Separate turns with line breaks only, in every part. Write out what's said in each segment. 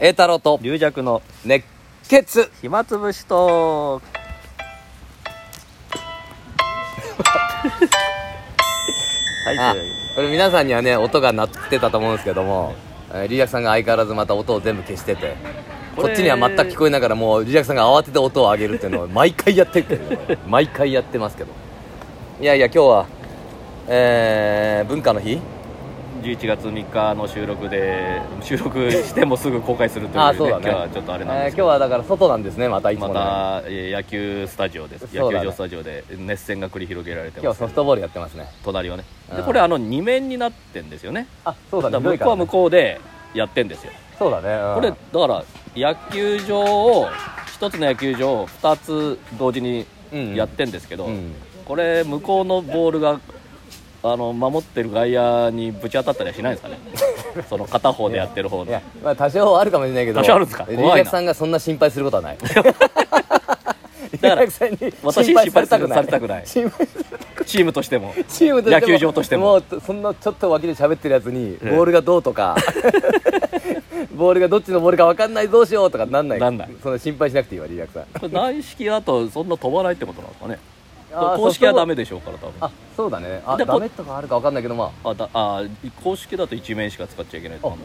栄太郎と
龍弱の
熱血
暇つぶしと はい
あ
という
これ皆さんにはね音が鳴ってたと思うんですけどもえーリリアクさんが相変わらずまた音を全部消してて
こ
こ
れ
っちには全く聞こえながらもうリリアクさんが慌てて音を上げるっていうのを毎回やってるけど 毎回やってますけどいやいや今日はえー、文化の日
11月3日の収録で収録してもすぐ公開するという、ね、
あーそうだね
今日はちょっとあ
え
れなん
ー
で
今
す
日
けど、
はだから外なんですねまたいつも
ま
ね、
たえー野球スタジオです、
そ
野
うだ
球
ね
場スタジオで熱戦が繰り広げられて
今
ま
日
す
ソフトボールやってますね
隣はね
う
で
ん
これあの2面になってんですよね
あそうだ
だか
ね
ら向
広い
こ
から
うは
ね
向こうでやってんですよ
そうだね、うん
これだから野球場を1つの野球場を2つ同時にやってんですけど、
うん
これ向こうのボールがあの守ってる外野にぶち当たったりはしないですかね その片方でやってる方
い
の
や、まあ、多少はあるかもしれないけど
多少あるんですか
リリ
怖いな
アクさんがそんな心配することはない リリ
ら
アクさんに
私
心配されたくない
心配されたくない
心配
チームとしても
チームとしても
野球場としても
うそんなちょっと脇で喋ってるやつに
ええ
ボールがどうと かボールがどっちのボールか分かんないどうしようとかなんない
なんない
そんな心配しなくていいわリリアクさん
これ内式だとそんな飛ばないってことなんですかね
あー
公式はダメ
ソ
でしょうから多
フトボールあ
分
そうだねあ
でこ
ダメとかあるか分かんないけど ま
あだあー公式だと1面しか使っちゃいけないと思う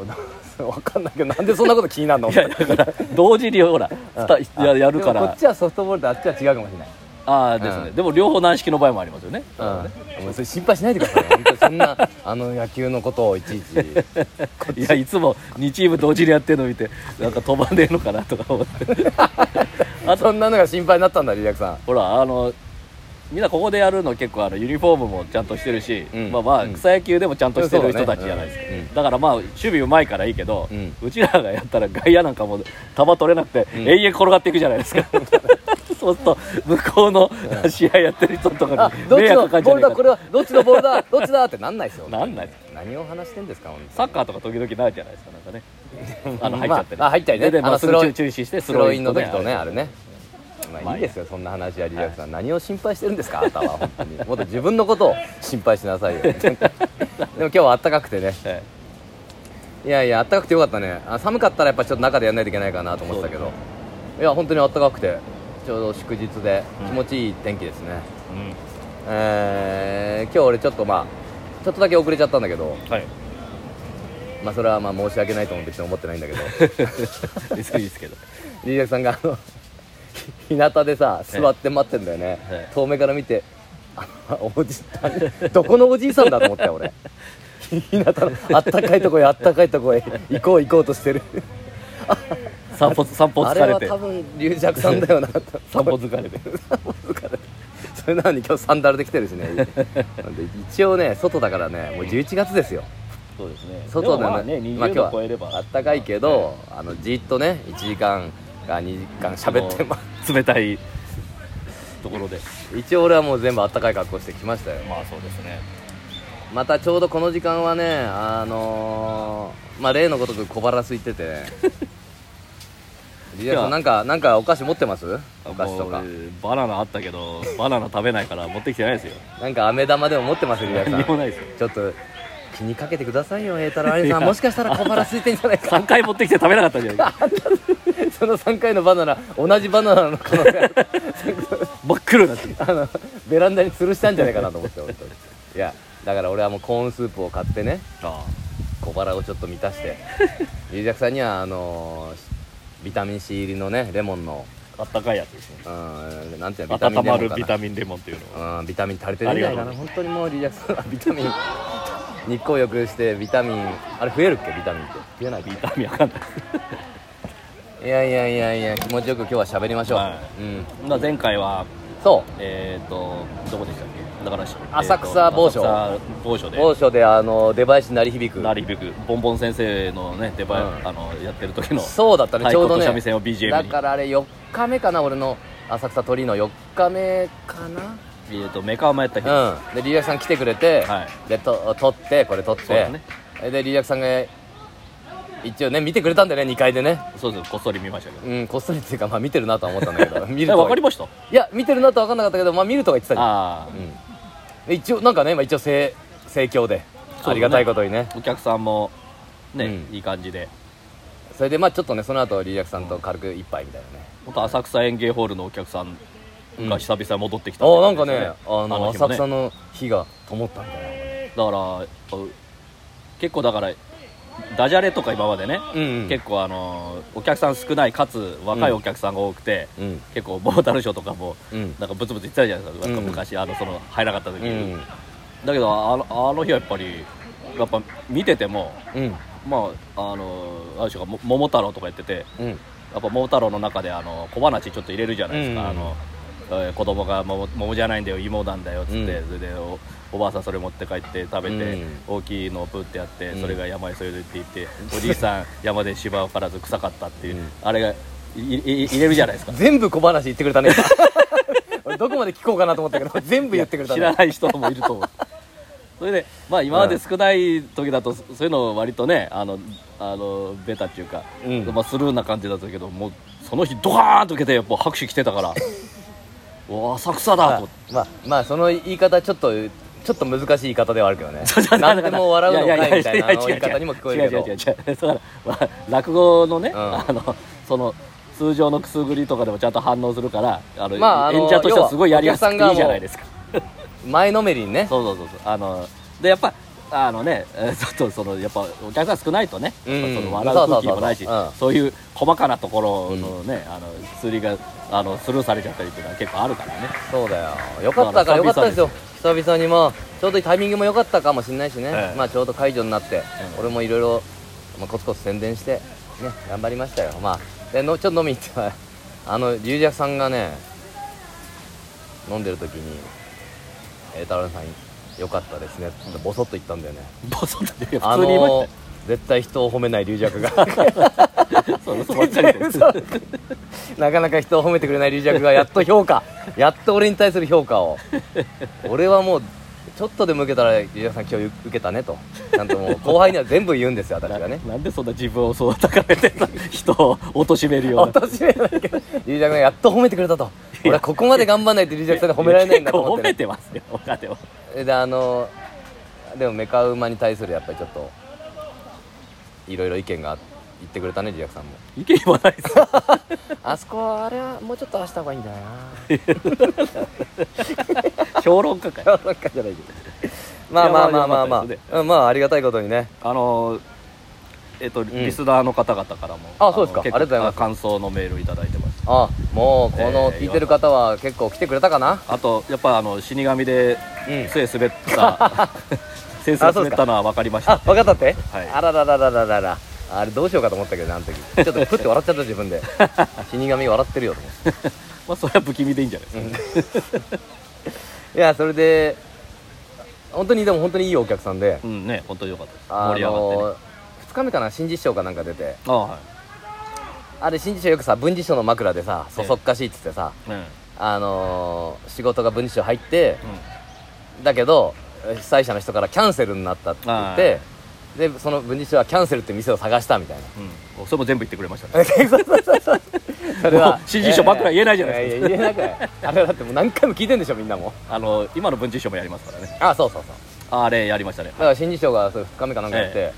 あ分かんないけどなんでそんなこと気になるの
いやだから同時にほら二 人
あ
ややるか
でもこ
ら
っちはソフトボールとあっちは違うかもしれない
ああですね、
うん
でも両方軟式の場合もありますよね
うん、もうそれ心配しないでください本当にそんなあの野球のことをいちいち
いやいつも2チーム同時にやってるの見てなんか飛ばねえのかなとか思って あと
そんなのが心配になったんだリラクさん
ほらあのみんなここでやるの結構あのユニフォームもちゃんとしてるし、
うん
まあまあ
うん
草野球でもちゃんとしてる
そう
人
だね
たちじゃないですか、
うん
だからまあ守備うまいからいいけど、
う
うんちらがやったら外野なんかもう球取れなくて、
うん
永遠転がっていくじゃないです かそうすると向こうの試合やってる人と
あ
かに
どっ
迷
ちのボ
惑かかんじ
ー
ゃ
ル
ない
だ
か
これはどっちのボール だどっちだってなんないですよ
なんないです
何を話してんですか本
サッカーとか時々ないじゃないですかなんかねあの入っちゃって
まああ入ったりね
でで
あの
まっす
ス
ぐ
ロー
中中止して
当スローインの
と
時とねあれねま
ま
あ
あ
いいですよそんな話はリラクさん、何を心配してるんですかあなたは本当にもっと自分のことを心配しな さいよでも今日は暖かくてね
え
いやいや暖かくてよかったねあ寒かったらやっぱちょっと中でやんないといけないかなと思ってたけど、いや本当に暖かくてちょうど祝日で
うん
気持ちいい天気ですね、
えうん
えー今日俺ちょっとまあちょっとだけ遅れちゃったんだけど
はい
まあそれはまあ申し訳ないと思って別に思ってないんだけ ど
別にいいですけど
リーダーさんがあのひ日向でさ座って待ってんだよね、
ええ
遠目から見てあおじあどこのおじいさんだと思ったよ俺日向のあったかいとこへあったかいとこへ行こう行こうとしてる
散歩散歩
あ
疲
れ
れ
は
て
多分龍尺さんだよな
散歩疲れて
それなのに今日サンダルで来てるしねなんで一応ね外だからねもう11月ですよ
そうですね
外
でも
な
まあ
の
ね
で
20度超えれば、
あったかいけど、あのじっとね1時間か2時間喋ってま
その冷たいところで
一応俺はもう全部あったかい格好してきましたよ
まあそうですね
またちょうどこの時間はねあのー、まあ例のごとく小腹空いて てリアルさんなんかなんかお菓子持ってますお菓子とか
もう俺バナナあったけどバナナ食べないから持ってきてないですよ
なんか飴玉でも持ってますリアルさ
何
ん
もないですよ
ちょっと気にかけてくださいよ栄太郎アリさん
いや
もしかしたら小腹空いてんじゃないか
3回持ってきて食べなかったんじゃない
その3回のバナナ同じバナナの可能性あ る
真っ黒になってる
あのベランダに吊るしたんじゃないかなと思って本当にいやだから俺はもうコーンスープを買ってね
あ
小腹をちょっと満たして 龍尺さんにはあのービタミン C 入りのねレモンの
あったかいやつですね
うんなんていうのビタミ
温
ンレモン
まる
か
ビ
な
タミンレモンっていうのは
うんビタミン足りてるんじゃないかな
あり
本当にもう龍尺さんはビタミン日光浴してビタミンあれ増えるっけビタミンって増えないっけ
ビタミンわかんない
いやいやいやいや気持ちよく今日は喋りましょう、
は
うん
まあ前回は
そ
えっ、ー、とどこでしたっけだからし
浅草某所
えーと浅草某所
う
で
某所であの出囃子鳴り響く
なりべくボンボン先生のね出番、
うん
あのやってる時の
そうだったねち
太
ょうど
鼓と
ね
三味線を BGM に
だからあれ4日目かな俺の浅草鳥居の4日目かな
えー、とメカマやった日、
うんでリリアクさん来てくれて、
は
でと撮ってこれ撮っ
そうだ
て、
ね
でリリアクさんが一応ね見てくれたんだよね2階でね
そうですこっそり見ましたけど
うんこっそりっていうかまあ見てるなとは思ったんだけ ど見る
え
とは
わかりました
いや見てるなとは分かんなかったけどまあ見るとは言ってたじゃん
ああ、
で一応なんかね今一応盛盛況で、
そうだね
ありがたいことにね
お客さんもね、
うん
いい感じで
それでまあちょっとねその後リリアクさんと軽く一杯みたいなね
本当浅草園芸ホールのお客さん
うん
が久々に戻ってきた
ああなんか
って
ね
感じです
あの
日
浅
もね
草の火が灯ったみたいな
だからあ結構だからダジャレとか今までね、
うんうん
結構あのお客さん少ないかつ若いお客さんが多くて、
うん
結構モータルショーとかも
うん
なんかブツブツ言ってたじゃないですか,、
うん
昔あのその入らなかった時、
うん
だけどあのあの日はやっぱりやっぱ見てても
うん
まああのある種がも桃太郎とかやってて
うん
やっぱ桃太郎の中であの小話ちょっと入れるじゃないですか、
うん
あのえー子供が桃桃じゃないんだよ芋なんだよっつって、
うん
それでおおばあさんそれ持って帰って食べて、
うん
大きいのをプってやって、
うん
それが山へそれでって言っておじいさん山で芝を刈らず臭かったっていう、
うん
あれがいい入れるじゃないですか
全部小話言ってくれたね 俺どこまで聞こうかなと思 ったけど全部言ってくれた
知ら
ね
ない人もいると 思うそれでまあ今まで少ない時だと、そそういうの割とねあのあのベタっていうか、
うん
まあ、スルーな感じだったけどもうその日ドカーンと受けてやっぱ拍手来てたから うわ浅草だと
まあ
思って。
まあまあその言い方ちょっとちょっと難しい言い方ではあるけどね
そうそう
何でも笑うの
やや
かいみたいなあ
や
の言い
や違う違う
方にも聞こえるけ
違う違う違
ど
うだからまあ落語のね、
ん
あのその通常のくすぐりとかでもちゃんと反応するからあの、
まああの
演者としてはすごいやりやすく
要は
て
お客
いいじ
さんがもう
ゃないですか
前のめりにね
そうそうそうそうあのでやっぱあのねえーちょっとそのやっぱお客さん少ないとね、
うん
やっぱその笑う空気もない
そ
し
うそうそうそううん
そういう細かなところのね、あの釣りがあのスルーされちゃったりっていうのは結構あるからね
そうだよよかったからよかったですよ久々にまあちょうどいいタイミングも良かったかもしれないしね、
ええ
まあちょうど解除になって、
え
俺もいろいろまあコツコツ宣伝してね頑張りましたよまあでのちょっと飲み行ったら あの龍尺さんがね飲んでる時に「えー、太郎さん良かったですね」ってボソッと言ったんだよね、
ボソッといや
あ
普通に言いま
の
し
絶対人を褒めない龍尺が
たよ、そう嘘ばっかりで
嘘なかなか人を褒めてくれない龍尺がやっと評 価やっと俺に対する評価を俺はもうちょっとでも受けたら龍尺さん今日受けたねとちゃんともう後輩には全部言うんですよ私がね
ななんでそんな自分をそう高めてた人を貶めるような
私めないけど龍尺がやっと褒めてくれたと俺はここまで頑張らないと龍尺さんに褒められないんだと思って、
結構褒め
ね、
てますよ他では
であのでもメカウマに対するやっぱりちょっといろいろ意見が言ってくれたね龍尺さんも
意見言わないですよ
あそこはあれはもうちょっとあした方がいいんだよな
評論家かよ
なんかじゃ ないけど。まあまあまあまあま
いやまあ良かったです
あ、うんまあありがたいことにね。
あのえっと、リスナーの方々からも
あそうですかあ
の結構
りがとうございます
感想のメールいただいてます
あ、もうこの
えー
聞いてる方は結構来てくれたかな。
あとやっぱあの死神で
うん
背 滑った、背が滑ったのは分かりまし
あ、
た
分かったって。
はい
あららららららら。あれどうしようかと思ったけどねあの時。ちょっ とふって笑っちゃった自分で。死神笑ってるよと思って。
まあそれは不気味でいいんじゃないですか、
いやそれで本当にでも本当にいいお客さんで。
うんね本当によかったです
あ
盛り上がってね
の2日目かな新実賞かなんか出て
ああは
あれ新実賞よくさ文治賞の枕でさそそっかしいっつってさ、
い、うんうん、
あの仕事が文治賞入って、だけど被災者の人からキャンセルになったって言ってでその文治師はキャンセルって店を探したみたいな
うん、それも全部言ってくれましたね
それは
もう新人賞ばっかりは言えないじゃな
で
い
すか、えーいやいや言えなくないあれだってもう何回も聞いてんでしょみんなも
あの今の文治賞もやりますからね
あそうそうそう
あれやりましたね
だから新人賞がそれ2日目かなんかやって、だか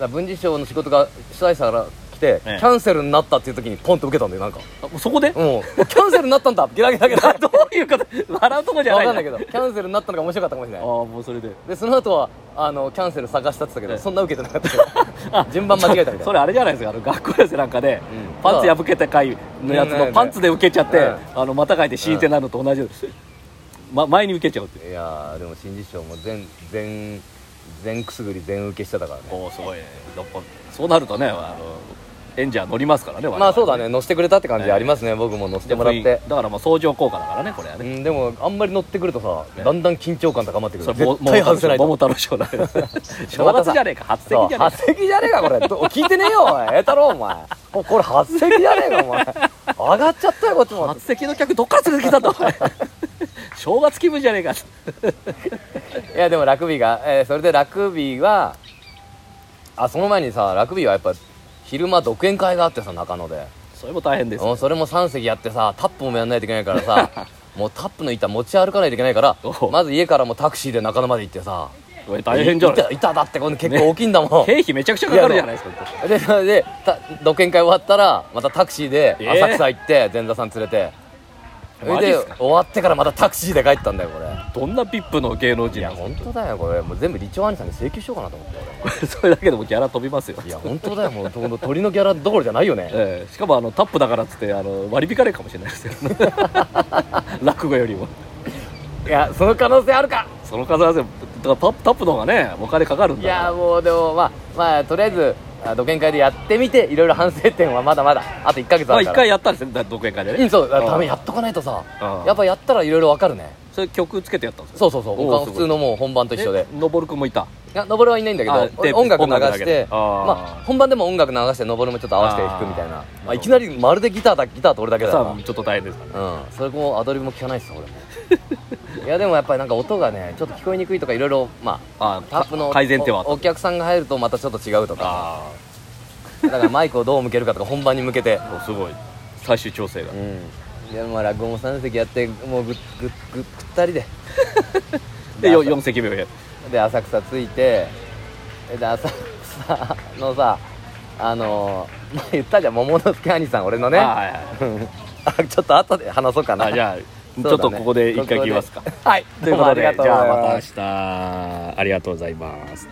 ら文治賞の仕事が被災者から来て、
ええ
キャンセルになったっていう時にポンと受けたんだよなんか
あもうそこで
もうキャンセルになったんだゲラゲラゲラ
どういうこと笑うとこじゃな
分
い
かんないけどキャンセルになったのが面白かったかもしれ
ああ
ない
もうそれで
でその後はあのキャンセル探したって言ったけど、
ええ
そんな受けてなか ったよ 順番間違えたみたいな
それあれじゃないですかあの 学校寄せなんかで、
うん
パンツ破けた回のやつ
うん
のパンツで受けちゃって、
う
あのまた書いて敷いてなるのと同じです、ま、前に受けちゃうっていう
いやーでも新実賞も全全全くすぐり全受けしてたからね
おおすごいねやっぱそうなるとねあの演者乗りますからね
まあそうだ
ね
ね乗せてくれたって感じありますね、僕も乗せてもらって
だからまあ相乗効果だからねこれは
う
ね、
んでもあんまり乗ってくるとさ、
ね
だんだん緊張感高まってく
そ
る
れも
絶対外せないと
桃太郎賞だ よ正月じゃねえか初席じゃね
そう
えか
発席じゃねえかこれど聞いてねえよおい栄太郎お前おこれ発席じゃねえかお前上がっちゃったよこっちも
初席の客どっから連れてきたんだお前 正月気分じゃねえか
いやでもラグビーが、えーそれでラグビーはあその前にさラグビーはやっぱ昼間独演会があってさ中野で
それも大変ですよ
うんそれも3席やってさタップもやんないといけないからさもうタップの板持ち歩かないといけないから
おう
まず家からもタクシーで中野まで行ってさ
これ大変じゃない
いたいただってこれ結構大きいんだもん、
経費めちゃくちゃかかるじゃないですか
でそれでた独演会終わったらまたタクシーで
えー
浅草行って前座さん連れてそれ
マジっ
です
か
終わってからまたタクシーで帰ったんだよこれ
どんなピップの芸能人
いや
なの
本当だよこれもう全部リチョウ兄さんに請求しようかなと思って
これ それだけでもギャラ飛びますよ
いや本当だよもうほんと鳥のギャラどころじゃないよね
ええしかもあのタップだからっつってあの割り引かれるかもしれないですよ 落語よりも
いやその可能性あるか
その数合わせだからタタップの方がねお金かかるん
い
だ
やもうでもまあまあとりあえずあ独演会でやってみていろいろ反省点はまだまだあと1ヶ月
ま
あ
あ
る
一
から
回やったんですねだ独演会で
う
ね
んそう
うん
ダメやっとかないとさ
うん
やっぱやったらいろいろわかるね
それ曲つけてやったんです
そうそうそう
おー
僕は
すごい
普通のもう本番と一緒で
えのぼるくんもいた
いや登るはいないんだけ
あ
ど
テープ
音楽流
音楽だけ
し
で
て
あ
ま
ー
あ本番でも音楽流して登るもちょっと合わせて弾くみたいな
あー
まあいきなりまるでギターだギターと俺だけだ
さ
よ
あちょっと大変ですからね
なうんそれもアドリブも聞かないっす俺もいやでもやっ ぱりなんか音がねちょっと聞こえにくいとかいろいろま
あ
あタップの
改善点はあった
おお客さんが入るとまたちょっと違うとか
あ
だからマイクをどう向けるかとか本番に向けて
あすごい最終調整が
うんでもまあ落語も3席やってもうぐっぐっぐっぐったりで
でよ4席目をやる
で浅草着いてで浅草のさあのー、まあ言ったじゃん桃之助兄さん俺のね
ああ
あ
はい はい
ちょっと後で話そうかな
あじゃあ、ちょっとここで一回切りますか
そうだねここではい
とい
ど
うことで
もありがとう
じ
ござい
ゃ
ます
あまた明日ありがとうございます